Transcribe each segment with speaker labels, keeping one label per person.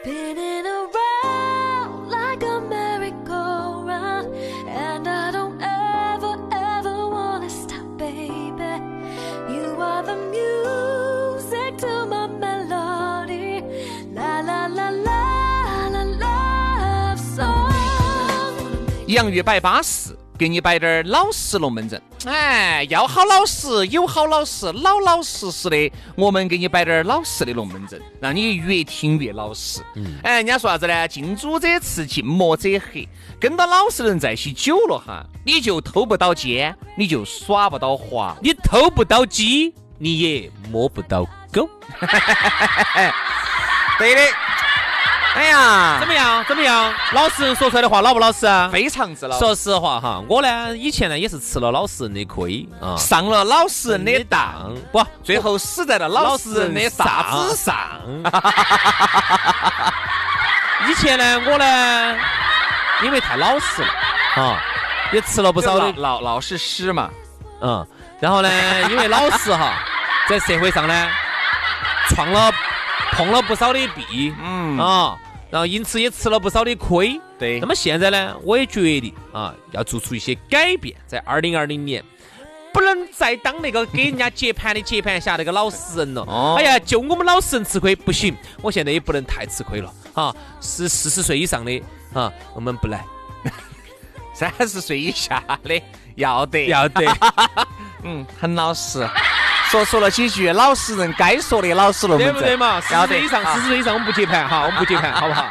Speaker 1: Spinning around like a merry-go-round, and I don't ever, ever wanna stop, baby. You are the music to my melody, la la la la la love song.
Speaker 2: 洋芋摆巴适，给你摆点儿老实龙门阵。哎，要好老实，有好老实，老老实实的，我们给你摆点儿老实的龙门阵，让你越听越老实。哎，人家说啥子呢？近朱者赤，近墨者黑。跟到老实人在一起久了哈，你就偷不到奸，你就耍不到滑。
Speaker 3: 你偷不到鸡，你也摸不到狗。
Speaker 2: 对的。哎呀
Speaker 3: 怎，么样？怎么样？老实人说出来的话老不老实啊？
Speaker 2: 非常之老实，
Speaker 3: 说实话哈，我呢以前呢也是吃了老实人的亏啊，
Speaker 2: 上了老实人的当，
Speaker 3: 不，
Speaker 2: 最后死在了老实人的啥子上？
Speaker 3: 以前呢我呢因为太老实了啊，也吃了不
Speaker 2: 不
Speaker 3: 少的
Speaker 2: 老老是诗嘛。
Speaker 3: 嗯，然后呢，因为老实 哈，在社会上呢，创了碰了不少的壁，
Speaker 2: 嗯
Speaker 3: 啊、然后因此也吃了不少的亏。
Speaker 2: 对
Speaker 3: 那么现在呢，我也决定啊，要做出一些改变，在二零二零年。不能再当那个给人家接盘的接盘侠那个老实人了。
Speaker 2: 哦
Speaker 3: 哎呀，就我们老实人吃亏不行，我现在也不能太吃亏了啊！是四十岁以上的啊，我们不来，
Speaker 2: 三十岁以下 的要得，
Speaker 3: 要得。
Speaker 2: 嗯，很老实， 说出了几句老实人该说的老实龙 门
Speaker 3: 对
Speaker 2: 阵，
Speaker 3: 不对啊嘛？四
Speaker 2: 要
Speaker 3: 十
Speaker 2: 得
Speaker 3: 岁以上，四十
Speaker 2: 啊
Speaker 3: 岁以上我们不接盘哈，我们不接盘，好不好？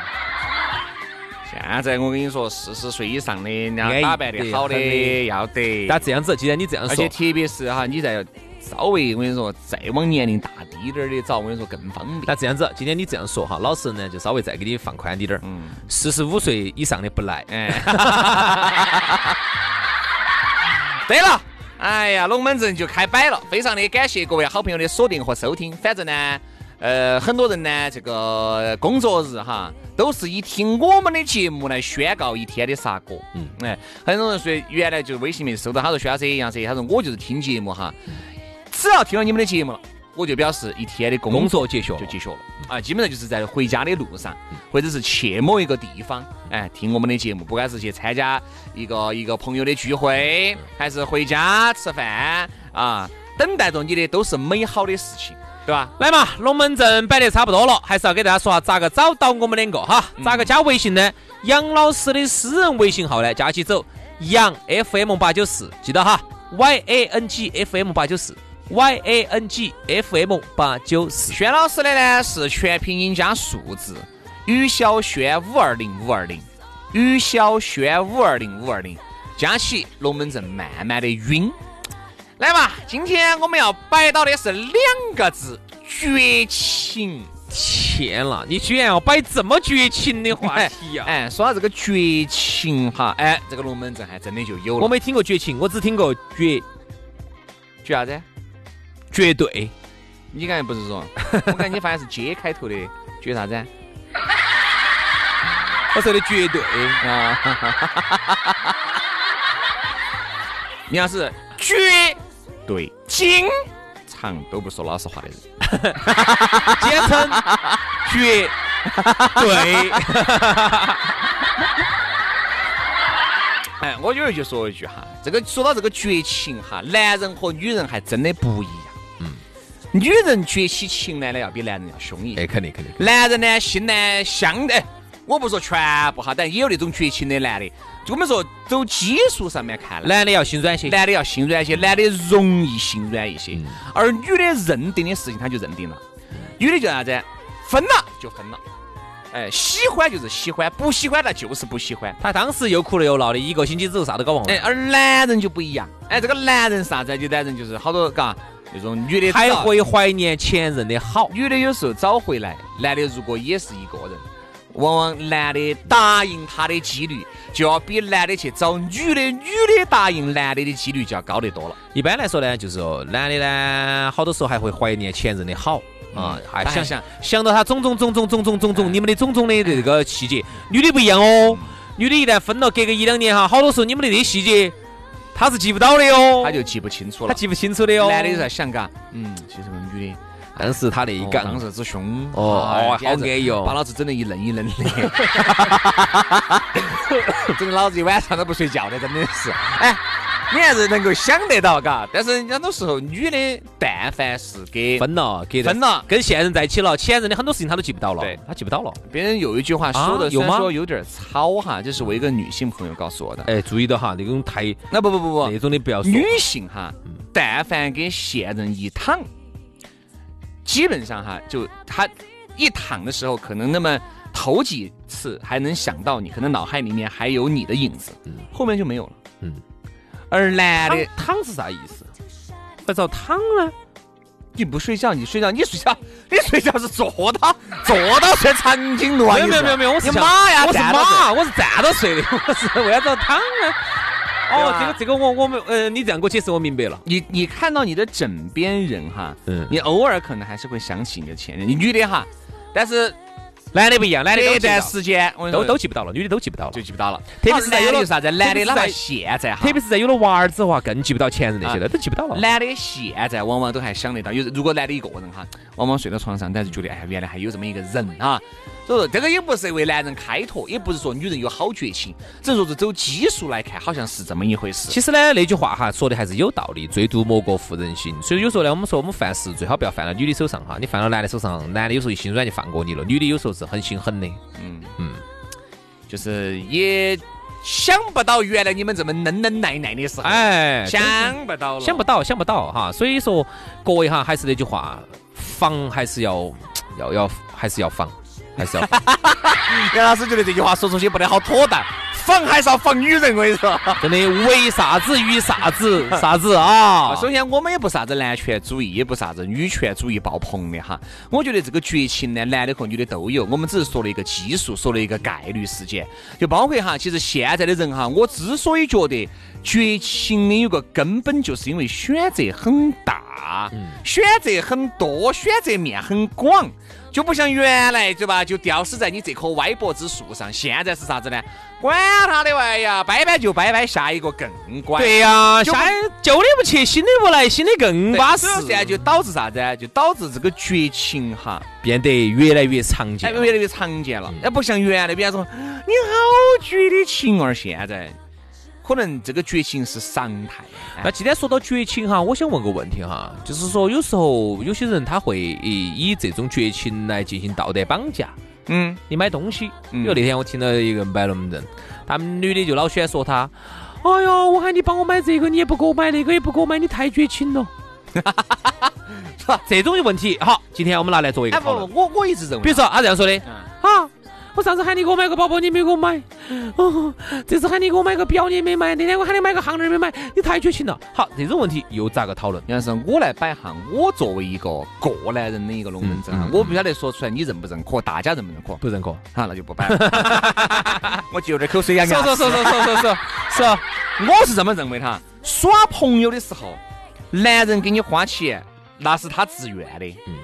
Speaker 2: 现在我跟你说，四十岁以上的，人
Speaker 3: 安
Speaker 2: 家
Speaker 3: 逸
Speaker 2: 打扮的好的
Speaker 3: 对
Speaker 2: 要得，
Speaker 3: 那这样子，既然你这样
Speaker 2: 而
Speaker 3: 说
Speaker 2: 且，特别是哈，你再稍微我跟你说，再往年龄大滴点儿的找，我跟你说更方便。
Speaker 3: 那这样子，今天你这样说哈，老实人呢就稍微再给你放宽点点儿。
Speaker 2: 嗯，
Speaker 3: 四十五岁以上的不来，
Speaker 2: 哎， 对了。哎呀，龙门阵就开摆了，非常的感谢各位好朋友的锁定和收听。反正呢，呃，很多人呢，这个工作日哈，都是以听我们的节目来宣告一天的杀哥。嗯，哎，很多人说原来就是微信里面收到，他说薛老师一样噻，他说我就是听节目哈，只要听了你们的节目了，我就表示一天的工
Speaker 3: 工作结束
Speaker 2: 就结束了嗯啊，基本上就是在回家的路上，或者是去某一个地方，哎，听我们的节目，不管是去参加一个一个朋友的聚会，还是回家吃饭啊，等待着你的都是美好的事情，对吧？
Speaker 3: 来嘛，龙门阵摆得差不多了，还是要给大家说下咋个找到我们两个哈？
Speaker 2: 嗯
Speaker 3: 咋个加微信呢？杨老师的私人微信号呢，加起走，杨 FM 八九四，记得哈，Y A N G F M 八九四，Y A N G F M 八九四。
Speaker 2: 轩老师的呢是全拼音加数字，于小轩五二零五二零，于小轩五二零五二零，加起龙门阵慢慢的晕。来嘛，今天我们要摆到的是两个字：绝情。
Speaker 3: 天啦，你居然要摆这么绝情的话题啊 呀、
Speaker 2: 哎，说到这个绝情哈，哎，这个龙门阵还真的就有了。
Speaker 3: 我没听过绝情，我只听过绝
Speaker 2: 举啥子？
Speaker 3: 绝对。
Speaker 2: 你刚才不是 说？我感觉你发现是 J 开头的，举啥子？
Speaker 3: 我说的绝对，
Speaker 2: 啊，哈哈哈哈哈哈你要是绝对经常都不说老实 话的人，
Speaker 3: 简称绝 对。
Speaker 2: 哎，我有一句说一句哈，这个说到这个绝情哈，男人和女人还真的不一样。嗯，女人绝起情来呢，要比男人要凶一些。
Speaker 3: 哎肯定肯定。
Speaker 2: 男人呢，心呢相哎，我不说全部哈，但也有那种绝情的男的。就我们说走基数上面看来，
Speaker 3: 男的要心软些，
Speaker 2: 男的要心软一些，男的容易心软一些，而女的认定的事情她就认定了，女的就啥子，分了就分了。哎，喜欢就是喜欢，不喜欢那就是不喜欢。
Speaker 4: 哦
Speaker 3: 他哎当时又哭了又闹的，一个星期之后啥都搞忘了
Speaker 2: 哎，，而男人就不一样。哎，这个男人是啥子？就男人就是好多嘎那种女的
Speaker 3: 还
Speaker 2: 找
Speaker 3: 哎会怀念前任的好。
Speaker 2: 女的有时候找回来，男的如果也是一个人，往往男的答应他的几率就要比男的去找女的，女的答应男的的几率就要高得多了。
Speaker 3: 一般来说呢，就是说男的呢，好多时候还会怀念前任的好。啊、还
Speaker 2: 他还
Speaker 3: 想
Speaker 2: 想
Speaker 3: 想到他种种种种种种种种，你们的种种的这个细节，女的不一样哦。女的一旦分了，隔个一两年哈，好多时候你们的这些细节，她是记不到的哦，
Speaker 2: 他就记不清楚
Speaker 3: 她
Speaker 2: 了。
Speaker 3: 记不清楚的哦。
Speaker 2: 男的在想嘎，嗯，其实我女的。
Speaker 3: 但是她那一
Speaker 2: 哦
Speaker 3: 杆
Speaker 2: 当时之凶
Speaker 3: 哦哦
Speaker 2: 简
Speaker 3: 好
Speaker 2: 直
Speaker 3: 安逸哦
Speaker 2: 把老子整得一愣一 愣的，整得老子一晚上都不睡觉的，真的是。哎，你还是能够想得到，嘎。但是很多时候，女的但凡是给
Speaker 3: 分了，隔着
Speaker 2: 分了
Speaker 3: 跟现任在一起了，前任的很多事情她都记不到了，
Speaker 2: 对
Speaker 3: 她记不到了。
Speaker 2: 别人有一句话说的，
Speaker 3: 啊
Speaker 2: 虽然
Speaker 3: 有吗
Speaker 2: 说有点糙哈，这是我一个女性朋友告诉我的。
Speaker 3: 哎，注意到哈，那种太
Speaker 2: 那不不不
Speaker 3: 那
Speaker 2: 不，
Speaker 3: 种的不要说。
Speaker 2: 女性哈，
Speaker 3: 嗯
Speaker 2: 但凡给现任一躺，基本上哈，就她一躺的时候，可能那么头几次还能想到你，可能脑海里面还有你的影子，后面就没有了。
Speaker 3: 嗯，
Speaker 2: 而男
Speaker 3: 躺
Speaker 2: 的
Speaker 3: 躺是啥意思？那叫躺呢？
Speaker 2: 你不睡觉，你睡觉，你睡觉， 你睡觉是坐到坐到睡长颈鹿啊？
Speaker 3: 没有
Speaker 2: 你
Speaker 3: 没
Speaker 2: 是
Speaker 3: 有没有没有，我是
Speaker 2: 你
Speaker 3: 想
Speaker 2: 妈呀，
Speaker 3: 我是
Speaker 2: 站到这
Speaker 3: 马，我是站着睡的，我是为啥子要躺呢？
Speaker 2: 对
Speaker 3: 哦，
Speaker 2: 吧
Speaker 3: 这个这个我我们呃，你这样给我解释我明白了。
Speaker 2: 你你看到你的枕边人哈，
Speaker 3: 嗯
Speaker 2: 你偶尔可能还是会想起你的前任，你女的哈，但是
Speaker 3: 男的不一样，男的
Speaker 2: 这
Speaker 3: 都记
Speaker 2: 段
Speaker 3: 不
Speaker 2: 时间我跟
Speaker 3: 到
Speaker 2: 你说
Speaker 3: 都都记不到了，女的都记不到了。
Speaker 2: 就记不到了，
Speaker 3: 特别是在
Speaker 2: 男
Speaker 3: 有
Speaker 2: 的
Speaker 3: 了
Speaker 2: 有啥子，男
Speaker 3: 特别
Speaker 2: 的
Speaker 3: 是
Speaker 2: 哪怕
Speaker 3: 在
Speaker 2: 现在哈，
Speaker 3: 特别是在有了娃儿之后啊，更记不到前任那些了，
Speaker 2: 啊
Speaker 3: 都记不到了。
Speaker 2: 男的现在往往都还想得到，有如果男的一个人哈，往往睡到床上，但是觉得哎，原来还有这么一个人哈。所以说这个也不是为男人开脱，也不是说女人有好绝情，只是说是走基数来看，好像是这么一回事。
Speaker 3: 其实呢，那句话哈说的还是有道理，最毒莫过妇人心。所以有时候呢，我们说我们犯事最好不要犯到女的手上哈，你犯到男的手上，男的有时候一心软就放过你了，女的有时候是很心狠的。嗯
Speaker 2: 嗯嗯，就是也想不到原来你们这么嫩嫩奶奶的时候，
Speaker 3: 哎，
Speaker 2: 想不到了，
Speaker 3: 想不到，想不到哈。所以说，各位哈，还是那句话，防还是要要要，还是要防，还是要防
Speaker 2: 杨老师觉得这句话说出去不得好妥当，防还是要防女人，我跟你说。
Speaker 3: 真的为啥子与啥 子啥子啊？
Speaker 2: 首先，我们也不啥子男权主义，也不啥子女权主义爆棚的哈。我觉得这个绝情呢，男的和女的都有。我们只是说了一个基数，说了一个概率事件，就包括哈，其实现在的人哈，我之所以觉得绝情的有个根本，就是因为选择很大，
Speaker 3: 嗯
Speaker 2: 选择很多，选择面很广。就不像原来对吧，就吊死在你这棵歪脖子树上。现在是啥子呢？管他的哎玩意儿，掰掰就掰掰，下一个更乖。
Speaker 3: 对哎呀，
Speaker 2: 就
Speaker 3: 下旧的不去，新的不来，新的更
Speaker 2: 对
Speaker 3: 巴适
Speaker 2: 所以，说现在就导致啥子啊？就导致这个绝情哈，
Speaker 3: 变得越来越常
Speaker 2: 哎，
Speaker 3: 见了。
Speaker 2: 越来越常见了。哎，不像原来，比方说你好绝的情儿，现在可能这个绝情是常态。
Speaker 3: 那
Speaker 2: 哎
Speaker 3: 既然说到绝情哈，我想问个问题哈，就是说有时候有些人他会以以这种绝情来进行道德绑架。
Speaker 2: 嗯，
Speaker 3: 你买东西，
Speaker 2: 嗯
Speaker 3: 因为那天我听到一个摆龙门阵，他们女的就老喜欢说他，哎呀，我喊你帮我买这个，你也不给我买那个，也不给我买，你太绝情了。 这种问题，好，今天我们拿来做一个
Speaker 2: 哎不，
Speaker 3: 讨论。
Speaker 2: 我我一直认为，
Speaker 3: 比如说他这样说的，
Speaker 2: 嗯
Speaker 3: 啊，我上次喊你给我买个包包，你没给我买， 哦，这次喊你给我买个表，你也没买，那天我喊你买个项链，没买，你太绝情了。好，这种问题又咋个讨论？
Speaker 2: 要是我来摆哈，我作为一个过来人的一个龙门阵
Speaker 3: 嗯
Speaker 2: 哈
Speaker 3: 嗯，
Speaker 2: 我不晓得说出来你认不认可，大家认不认可？
Speaker 3: 不认可。
Speaker 2: 好，那就不摆了。我就有点口水痒
Speaker 3: 说
Speaker 2: 痒。
Speaker 3: 说说说说说说，
Speaker 2: 是，我是这么认为的哈。耍朋友的时候，男人给你花钱，那是他自愿的，
Speaker 3: 嗯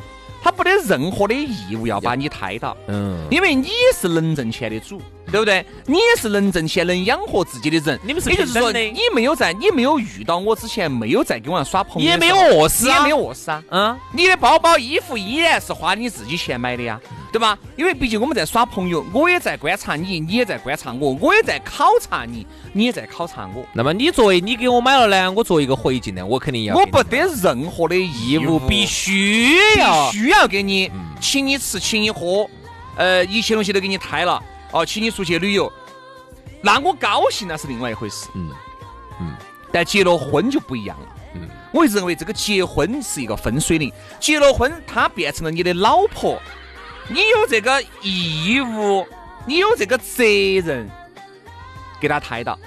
Speaker 2: 他不得任何的义务要把你抬到，
Speaker 3: 嗯，
Speaker 2: 因为你是能挣钱的主，对不对？你也是能挣钱、能养活自己的人。
Speaker 3: 你们是
Speaker 2: 也就是
Speaker 3: 平
Speaker 2: 说，
Speaker 3: 等的
Speaker 2: 你没有在你没有遇到我之前，没有在跟我耍朋
Speaker 3: 你
Speaker 2: 友
Speaker 3: 也
Speaker 2: 的时候，
Speaker 3: 没有饿死
Speaker 2: 你也
Speaker 3: 啊
Speaker 2: 没有，饿死啊。
Speaker 3: 嗯。
Speaker 2: 你的包包、衣服依然是花你自己钱买的呀，
Speaker 3: 嗯
Speaker 2: 对吧？因为毕竟我们在耍朋友，我也在观察你，你也在观察我，我也在考察你，你也在考察我。
Speaker 3: 那么你作为你给我买了呢，我作为一个回敬呢，我肯定要
Speaker 2: 我
Speaker 3: 给你
Speaker 2: 不得任何的
Speaker 3: 义
Speaker 2: 义
Speaker 3: 务，
Speaker 2: 务，
Speaker 3: 必须
Speaker 2: 必
Speaker 3: 要。嗯
Speaker 2: 须要给你，请你吃，请你喝，呃，一切东西都给你抬了。哦，请你出去旅游，那我高兴那是另外一回事。嗯嗯，但结了婚就不一样了。嗯，我认为这个结婚是一个分水岭，结了婚她变成了你的老婆，你有这个义务，你有这个责任给她抬到，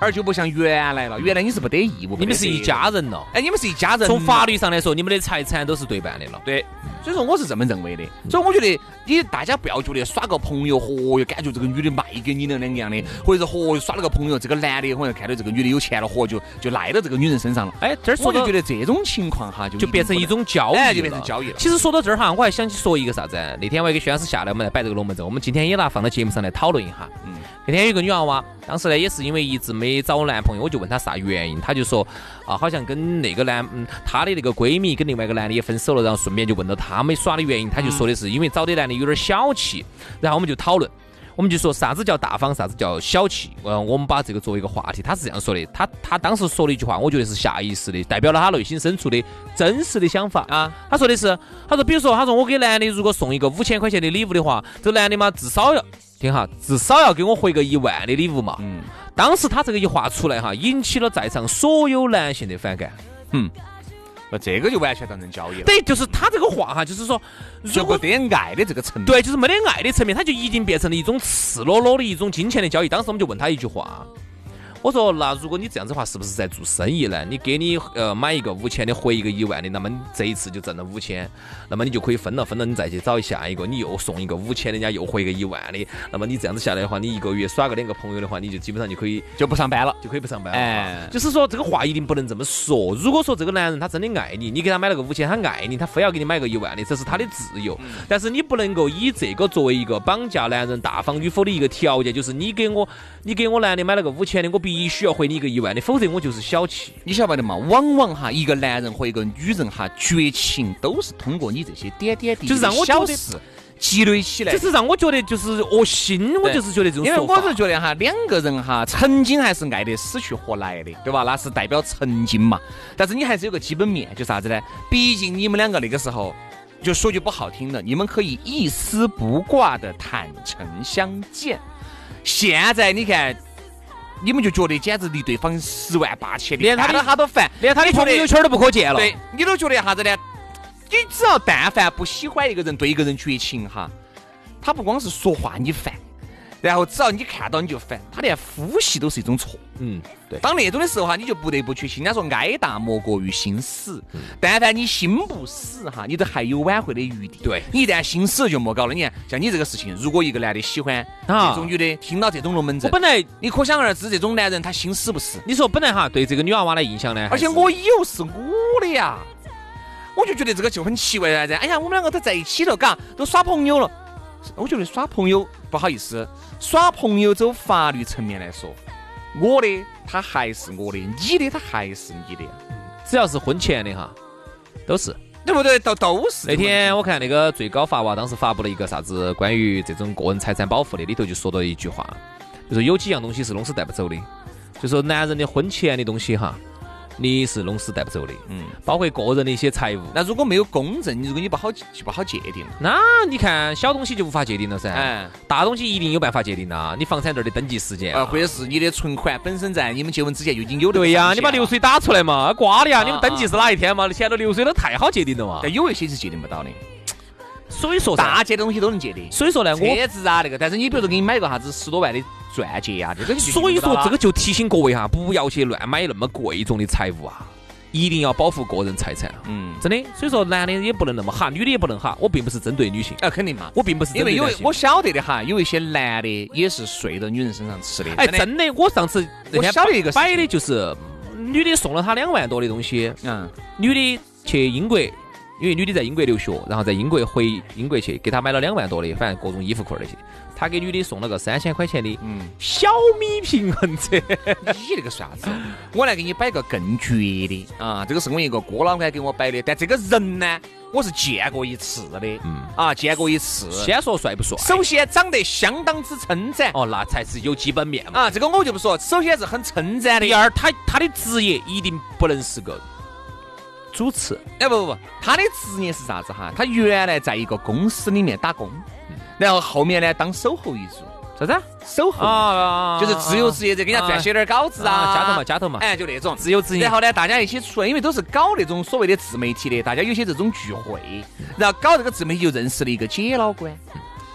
Speaker 2: 而就不像原来了，原来你是没得义务，
Speaker 3: 你
Speaker 2: 没
Speaker 3: 们
Speaker 2: 得
Speaker 3: 是一
Speaker 2: 责任
Speaker 3: 家人了。
Speaker 2: 哎，你们是一家人。
Speaker 3: 从法律上来说，你们的财产都是对半的了。
Speaker 2: 对，所以说我是这么认为的。
Speaker 3: 嗯
Speaker 2: 所以我觉得你大家不要觉得耍个朋友，嚯哟，感觉这个女的卖给你了两个样
Speaker 3: 嗯
Speaker 2: 的，或者是嚯哟耍了个朋友，这个男的好像看到这个女的有钱了，嚯就就赖到这个女人身上了。
Speaker 3: 哎，这儿
Speaker 2: 我
Speaker 3: 说
Speaker 2: 就
Speaker 3: 到
Speaker 2: 觉得这种情况哈，就
Speaker 3: 就变成一种交易了，
Speaker 2: 哎就变成交易了
Speaker 3: 其实说到这儿哈，我还想起说一个啥子？那天我一个宣老师下来，我们来摆这个龙门阵，我们今天也拿放到节目上来讨论一下。
Speaker 2: 嗯
Speaker 3: 那天有一个女娃娃，当时呢也是因为一直没找男朋友，我就问她啥原因，她就说啊，好像跟那个男，嗯，她的那个闺蜜跟另外一个男的也分手了，然后顺便就问到她们耍的原因，她就说的是因为找的男的有点小气，然后我们就讨论。我们就说啥子叫大方，啥子叫小气。嗯，我们把这个作为一个话题，她是这样说的。她她当时说了一句话，我觉得是下意识的，代表了她内心深处的真实的想法
Speaker 2: 啊。
Speaker 3: 她说的是，她说比如说，她说我给男的如果送一个五千块钱的礼物的话，这个男的嘛至少要听哈，至少要给我回个一万的礼物嘛。
Speaker 2: 嗯
Speaker 3: 当时她这个一话出来哈，引起了在场所有男性的反感。
Speaker 2: 那这个就完全当成交易了，
Speaker 3: 对，就是她这个话哈，就是说，如
Speaker 2: 就不
Speaker 3: 果
Speaker 2: 得爱的这个层面。
Speaker 3: 对，就是没得爱的层面，它就一定变成了一种赤裸裸的一种金钱的交易。当时我们就问他一句话，我说：“那如果你这样子的话，是不是在做生意呢？你给你呃买一个五千的，回一个一万的，那么你这一次就挣了五千，那么你就可以分了，分了你再去找下一个，你又送一个五千，人家又回一个一万的，那么你这样子下来的话，你一个月耍个两个朋友的话，你就基本上就可以
Speaker 2: 就不上班了。
Speaker 3: 就可以不上班了。
Speaker 2: 哎
Speaker 3: 就是说这个话一定不能这么说。如果说这个男人他真的爱你，你给他买了个五千，他爱你，他非要给你买个一万的，这是他的自由。但是你不能够以这个作为一个绑架男人大方与否的一个条件，就是你给我，你给我男的买了个五千的，我必须要回你一个一万的，否则我就是小气。
Speaker 2: 你晓得嘛？往往哈，一个男人或一个女人哈，绝情都是通过你这些点点滴滴
Speaker 3: 就是让我
Speaker 2: 小
Speaker 3: 觉得
Speaker 2: 事积累起来
Speaker 3: 这
Speaker 2: 的。
Speaker 3: 是让我觉得就是恶心，我
Speaker 2: 对
Speaker 3: 就是觉得这种
Speaker 2: 因为
Speaker 3: 说
Speaker 2: 我
Speaker 3: 法
Speaker 2: 是。觉得哈，两个人哈，曾经还是爱得死去活来的，对吧？那是代表曾经嘛。但是你还是有个基本面，就啥子呢？毕竟你们两个那个时候，就说句不好听的，你们可以一丝不挂的坦诚相见。现在你看，你们就觉得简直离对方十万八千里，
Speaker 3: 连他的
Speaker 2: 看到他都烦，
Speaker 3: 连他的
Speaker 2: 你觉得
Speaker 3: 朋友圈都不可见了。
Speaker 2: 对你都觉得啥子呢？你只要但凡不喜欢一个人，对一个人绝情哈，他不光是说话你烦，然后只要你看到你就烦，他连呼吸都是一种错。
Speaker 3: 嗯，对。
Speaker 2: 当那种的时候哈，你就不得不去。人家说挨打莫过于心死，
Speaker 3: 嗯
Speaker 2: 但凡你心不死哈，你都还有挽回的余地。
Speaker 3: 对
Speaker 2: 你一旦心死了就莫搞了。你看，像你这个事情，如果一个男的喜欢
Speaker 3: 啊
Speaker 2: 这种女的，听到这种龙门
Speaker 3: 我
Speaker 2: 阵，
Speaker 3: 本来
Speaker 2: 你可想而知这种男人他心死不死。
Speaker 3: 你说本来哈对这个女娃娃的印象呢，
Speaker 2: 而且
Speaker 3: 还是
Speaker 2: 我有是我的呀，我就觉得这个就很奇怪噻。哎呀，我们两个都在一起了，嘎，都耍朋友了。我觉得耍朋友不好意思，耍朋友走法律层面来说，我的他还是我的，你的他还是你的，
Speaker 3: 只要是婚前的哈，都是。
Speaker 2: 对不对？都都是
Speaker 3: 那
Speaker 2: 这个问题
Speaker 3: 天我看那个最高法哇，当时发布了一个啥子关于这种个人财产保护的，里头就说到一句话，就说有几样东西是弄死带不走的，就说男人的婚前的东西哈，你是弄死带不走的，
Speaker 2: 嗯，
Speaker 3: 包括个人的一些财物。
Speaker 2: 那如果没有公证，如果你不好就不好界定了。
Speaker 3: 那你看呃小东西就无法界定了噻，
Speaker 2: 哎，
Speaker 3: 大东西一定有办法界定啊呐，你房产证的登记时间啊
Speaker 2: 呃，或者是你的存款本身在你们结婚之前就已经有的。
Speaker 3: 对呀，你把流水打出来嘛，瓜的呀，
Speaker 2: 啊
Speaker 3: 你们登记是哪一天嘛？现在流水都太好界定了嘛
Speaker 2: 但。有一些是界定不到的，
Speaker 3: 所以说
Speaker 2: 大
Speaker 3: 噻，
Speaker 2: 件的东西都能界定。
Speaker 3: 所以说呢，哎我
Speaker 2: 车子啊那个，但是你比如说给你买个啥子十多万的钻戒啊，这个就
Speaker 3: 所以说，这
Speaker 2: 个
Speaker 3: 个就提醒各位哈，不要去乱买那么贵重的财物啊，一定要保护个人财产啊，
Speaker 2: 嗯，
Speaker 3: 真的。所以说，男的也不能那么哈，女的也不能哈。我并不是针对女性，
Speaker 2: 啊肯定嘛，
Speaker 3: 我并不是针
Speaker 2: 因为
Speaker 3: 对
Speaker 2: 有
Speaker 3: 男性
Speaker 2: 我。晓得的哈，有一些男的也是睡到女人身上吃的，
Speaker 3: 哎，真的，我上次那天
Speaker 2: 我晓得一个事情
Speaker 3: 摆的就是嗯女的送了他两万多的东西，
Speaker 2: 嗯，
Speaker 3: 女的去英国，因为女的在英国留学，然后在英国回英国去，给他买了两万多的，反正各种衣服裤儿那些。他给女的送了个三千块钱的
Speaker 2: 嗯，
Speaker 3: 小米平衡车，
Speaker 2: 你那个算
Speaker 3: 哦
Speaker 2: 啥子？我来给你摆个更绝的啊，这个是我一个哥老倌给我摆的，但这个人呢，我是见过一次的，
Speaker 3: 嗯
Speaker 2: 啊，见过一次，
Speaker 3: 先说帅不帅？
Speaker 2: 首先长得相当之称赞。
Speaker 3: 哦，那才是有基本面嘛。
Speaker 2: 啊，这个我就不说，首先是很称赞的
Speaker 3: 第，二，他他的职业一定不能是个主持，
Speaker 2: 哎不不不，他的职业是啥子哈？他原来在一个公司里面打工，然后后面呢当售后一族，
Speaker 3: 嗯啥子啊？
Speaker 2: 守
Speaker 3: 啊
Speaker 2: 候，
Speaker 3: 啊，
Speaker 2: 就是自由职业者给人家撰写点儿稿子啊，
Speaker 3: 家头嘛，家 头嘛，
Speaker 2: 哎，就那种。
Speaker 3: 自由职业
Speaker 2: 然。后呢，大家一起出来，因为都是搞那种所谓的自媒体的，大家有些这种聚会，然后搞这个自媒体就认识了一个姐老倌，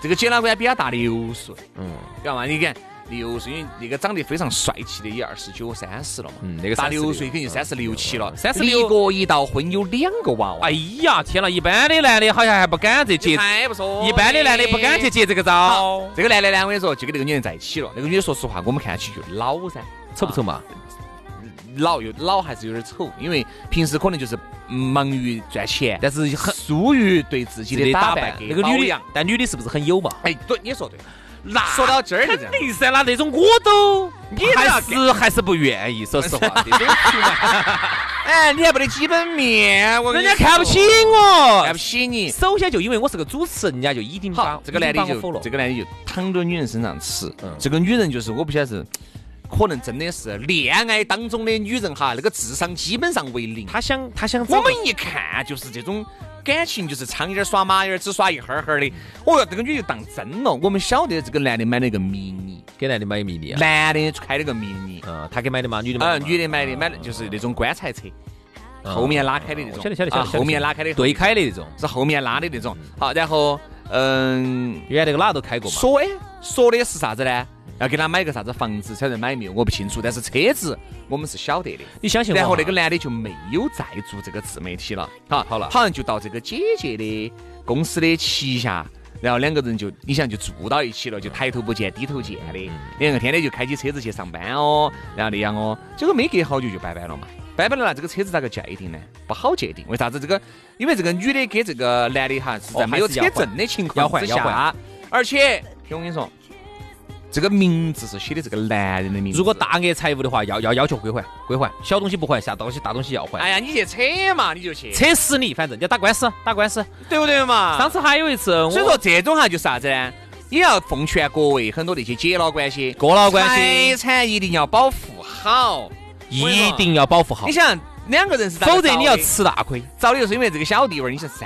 Speaker 2: 这个姐老倌比他大六岁，
Speaker 3: 嗯
Speaker 2: 知道吗？你看六岁，因为那个长得非常帅气的也二十九、三十了嘛，
Speaker 3: 嗯，那嗯个
Speaker 2: 大
Speaker 3: 36
Speaker 2: 六岁肯定三十六七了，
Speaker 3: 36
Speaker 2: 离过一道婚有两个娃娃，
Speaker 3: 哎呀，天了，一般的男的好哎像还不敢这
Speaker 2: 这
Speaker 3: 接，
Speaker 2: 太不错了，
Speaker 3: 一般的男的不敢去接这个招，
Speaker 2: 这个男的呢，我跟你说，就跟那个女人在一起了。那个女的，说实话，我们看上去就老噻，
Speaker 3: 丑不丑嘛？
Speaker 2: 老又老还是有点丑，因为平时可能就是忙于赚钱，
Speaker 3: 但是很
Speaker 2: 疏于对自己的打扮
Speaker 3: 那个女
Speaker 2: 的
Speaker 3: 的，，但女的是不是很有嘛？
Speaker 2: 哎，对，你说对了。
Speaker 3: 那
Speaker 2: 说到这儿就这
Speaker 3: 肯
Speaker 2: 样。
Speaker 3: 定噻，那那种我都还是还是不愿意，说实 话，
Speaker 2: 这种情况啊 哎，你还没得基本面，我跟
Speaker 3: 人
Speaker 2: 你
Speaker 3: 家看不
Speaker 2: 说
Speaker 3: 起，
Speaker 2: 看
Speaker 3: 哎我
Speaker 2: 不。起你。
Speaker 3: 首先就因为我是个主持人，人家就已经把
Speaker 2: 好，这个男的
Speaker 3: 已经把我否
Speaker 2: 就
Speaker 3: 了
Speaker 2: 这。个男的就躺到女人身上吃
Speaker 3: 嗯。
Speaker 2: 这个女人就是我不晓得是，可能真的是恋爱当中的女人哈，那个智商基本上为零。
Speaker 3: 他想他想找
Speaker 2: 我
Speaker 3: 个
Speaker 2: 们一看就是这种感情，就是苍蝇儿耍蚂蚁儿，只耍一会儿会儿的。哦哟，这个女就当真了。我们晓得这个男的买了个迷你，
Speaker 3: 给男的买迷你啊，
Speaker 2: 男的开了个迷你，
Speaker 3: 嗯，他给买的嘛，女的买
Speaker 2: 啊，
Speaker 3: 的嘛，
Speaker 2: 女的买的买的就是那种棺材车，
Speaker 3: 嗯
Speaker 2: 后面拉开的那种，
Speaker 3: 晓得晓得晓
Speaker 2: 啊
Speaker 3: 得，晓得
Speaker 2: 后面拉开的
Speaker 3: 对开的那种，
Speaker 2: 是后面拉的那种。好，然后嗯，
Speaker 3: 原来那个哪都开过嘛。
Speaker 2: 说哎说的是啥子呢？要给他买个啥子房子，晓得买没有？我不清楚，但是车子我们是晓得的。
Speaker 3: 你相信我？
Speaker 2: 嗯然后那个男的就没有再做这个自媒体了，好，
Speaker 3: 好了
Speaker 2: 好像就到这个姐姐的公司的旗下，然后两个人就你想就住到一起了，就
Speaker 3: 嗯
Speaker 2: 抬头不见低头见的，两个天天就开起车子去上班哦，然后那样哦，结果没隔好久就拜拜了嘛。拜拜了啦，这个车子咋个界定呢？不好界定，为啥子？这个因为这个女的跟这个男的哈是
Speaker 3: 哦
Speaker 2: 在没有
Speaker 3: 还是
Speaker 2: 车
Speaker 3: 要换
Speaker 2: 证的情
Speaker 3: 要
Speaker 2: 况
Speaker 3: 换
Speaker 2: 之
Speaker 3: 要
Speaker 2: 下，而且听我跟你说，这个名字是写的这个男人的名字。
Speaker 3: 如果大额财务的话，要要要求归还，归还。小东西不还，啥东西大东西要
Speaker 2: 哎
Speaker 3: 还。
Speaker 2: 呀，你去扯嘛，你就去，
Speaker 3: 扯死你，反正要打官司，打官司。
Speaker 2: 对不对嘛？
Speaker 3: 上次还有一次，我
Speaker 2: 啊所以说这种哈就是啥子呢？也要奉劝各位很多那些姐老关系、
Speaker 3: 哥老关系
Speaker 2: 财产一定要保护好。
Speaker 3: 一定要保护好
Speaker 2: 你，想两个人是咋个
Speaker 3: 否则你要
Speaker 2: 找的
Speaker 3: 吃大亏。
Speaker 2: 找的就是因为这个小弟娃儿，你想三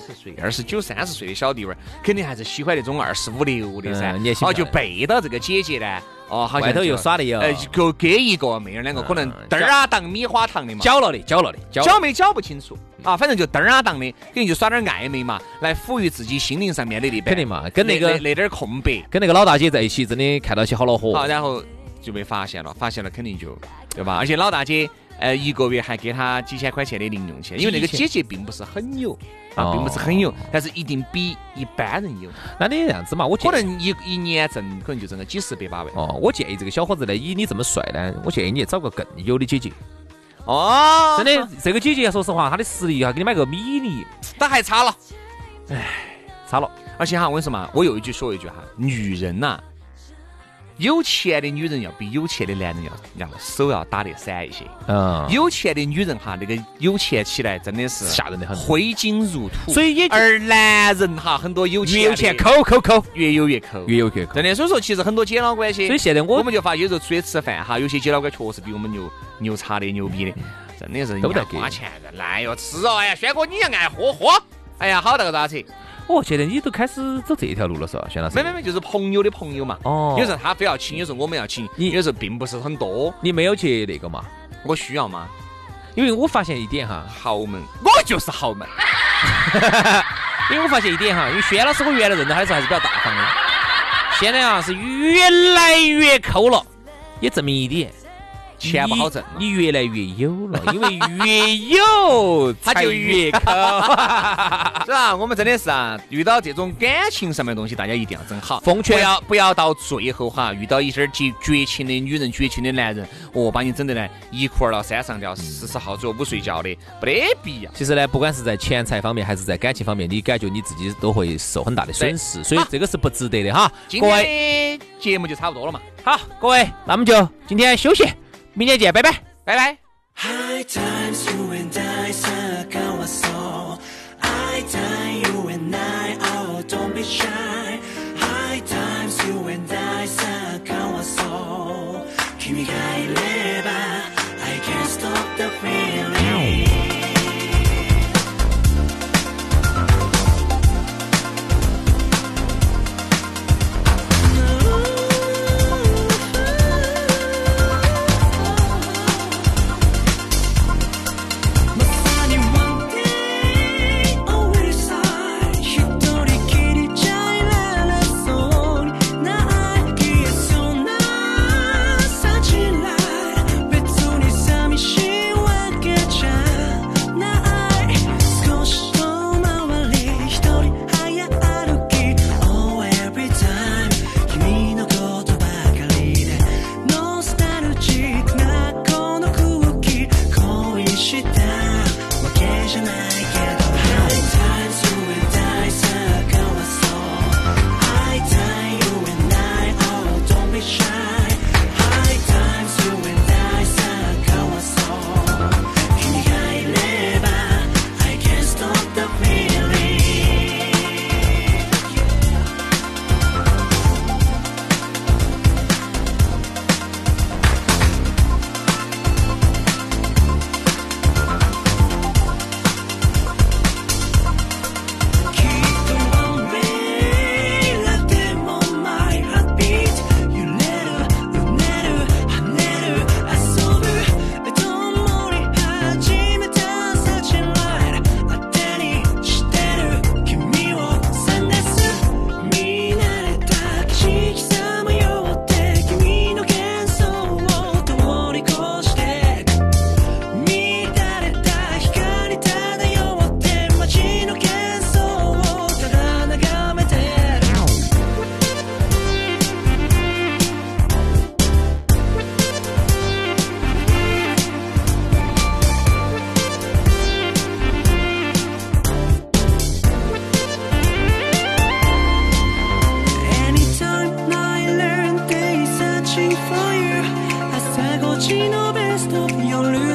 Speaker 2: 十岁、二十九、三十岁的小弟娃儿，肯定还是喜欢那种二十五六的噻
Speaker 3: 嗯年。轻漂
Speaker 2: 哦，
Speaker 3: 亮
Speaker 2: 就背到这个姐姐呢，哦，好像
Speaker 3: 外头
Speaker 2: 就
Speaker 3: 又耍的又
Speaker 2: 呃，就给一个妹儿两个，可能
Speaker 3: 嗯
Speaker 2: 嘚儿啊当米花糖的嘛。
Speaker 3: 搅了的，搅了的，搅
Speaker 2: 搅没搅不清楚
Speaker 3: 嗯
Speaker 2: 啊，反正就嘚儿啊当的，肯定就耍点暧昧嘛，来抚育自己心灵上面的那
Speaker 3: 肯
Speaker 2: 边
Speaker 3: 定嘛，跟那
Speaker 2: 那
Speaker 3: 个
Speaker 2: 那点儿空白，
Speaker 3: 跟那个老大姐在一起，真的看到起好恼火。
Speaker 2: 好，然后就被发现了，发现了肯定就对吧？而且老大姐呃一个月还给她几千块钱的零用钱，因为那个
Speaker 3: 几
Speaker 2: 姐
Speaker 3: 千
Speaker 2: 姐并不是很有
Speaker 3: 哦
Speaker 2: 啊，并不是很有，但是一定比一般人有，
Speaker 3: 那你这样子嘛，我建
Speaker 2: 可
Speaker 3: 议
Speaker 2: 能一一年挣可能就挣个几十百把万。
Speaker 3: 哦，我建议这个小伙子呢，以你这么帅呢，我建议你找个更有的姐姐。
Speaker 2: 哦，
Speaker 3: 真的，这个姐姐说实话，她的实力哈，给你买个米粒
Speaker 2: 她还差了。
Speaker 3: 差了。
Speaker 2: 而且哈，我跟你说嘛，我有一句说一句哈，女人呐、有钱的女人要比有钱的男人要要手要打得散一些。
Speaker 3: 嗯，
Speaker 2: 有钱的女人哈，那个有钱起来真的是
Speaker 3: 吓人得很
Speaker 2: 挥金如土。
Speaker 3: 所以也就
Speaker 2: 而男人哈，很多有钱
Speaker 3: 越
Speaker 2: 的
Speaker 3: 有钱抠抠抠，
Speaker 2: 越有越抠，
Speaker 3: 越有越抠。
Speaker 2: 真的。所以说，其实很多姐老关系，
Speaker 3: 所以现在我
Speaker 2: 我们就发现有时候出去吃饭哈，有些姐老倌确实比我们牛牛叉的、牛逼的，真的是
Speaker 3: 都不得
Speaker 2: 人家
Speaker 3: 给
Speaker 2: 花钱的，来哟吃哦，哎呀，轩哥你也爱喝喝，哎呀，好大个咋子？
Speaker 3: 我觉得哦你都开始走这条路了，是吧，轩老师？
Speaker 2: 没没，没，就是朋友的朋友嘛。
Speaker 3: 哦
Speaker 2: 有时候他非要请，有时候我们要请，
Speaker 3: 你
Speaker 2: 有时候并不是很多。
Speaker 3: 你没有去那个嘛？
Speaker 2: 我需要吗？
Speaker 3: 因为我发现一点哈，
Speaker 2: 豪门，我就是豪门。
Speaker 3: 因为我发现一点哈，因为轩老师我原来认到他的时候还是比较大方的，现在啊是越来越抠了，也证明一点，
Speaker 2: 钱不好挣
Speaker 3: 你，你越来越有了，因为越 有
Speaker 2: 他
Speaker 3: 才
Speaker 2: 就
Speaker 3: 越抠。
Speaker 2: 是吧？我们真的是啊，遇到这种感情上面的东西，大家一定要整好，
Speaker 3: 奉劝
Speaker 2: 不要不要到最后哈，遇到一些绝绝情的女人、绝情的男人，哦，把你整得呢一哭二闹三上
Speaker 3: 嗯
Speaker 2: 吊，时时好左午睡觉的，没得必要。
Speaker 3: 其实呢，不管是在钱财方面还是在感情方面，你感觉你自己都会受很大的损失，所以这个是不值得的哈。
Speaker 2: 今
Speaker 3: 各位
Speaker 2: 天的节目就差不多了嘛，
Speaker 3: 好，各位，那我们就今天休息，明天见，拜拜。
Speaker 2: 拜拜。
Speaker 5: High times you and I 사가웠어 I time you and I oh don't be shy High times you and I 사가웠어君がいれば I can't stop the feeling you I said, Go, Chino, best of your love.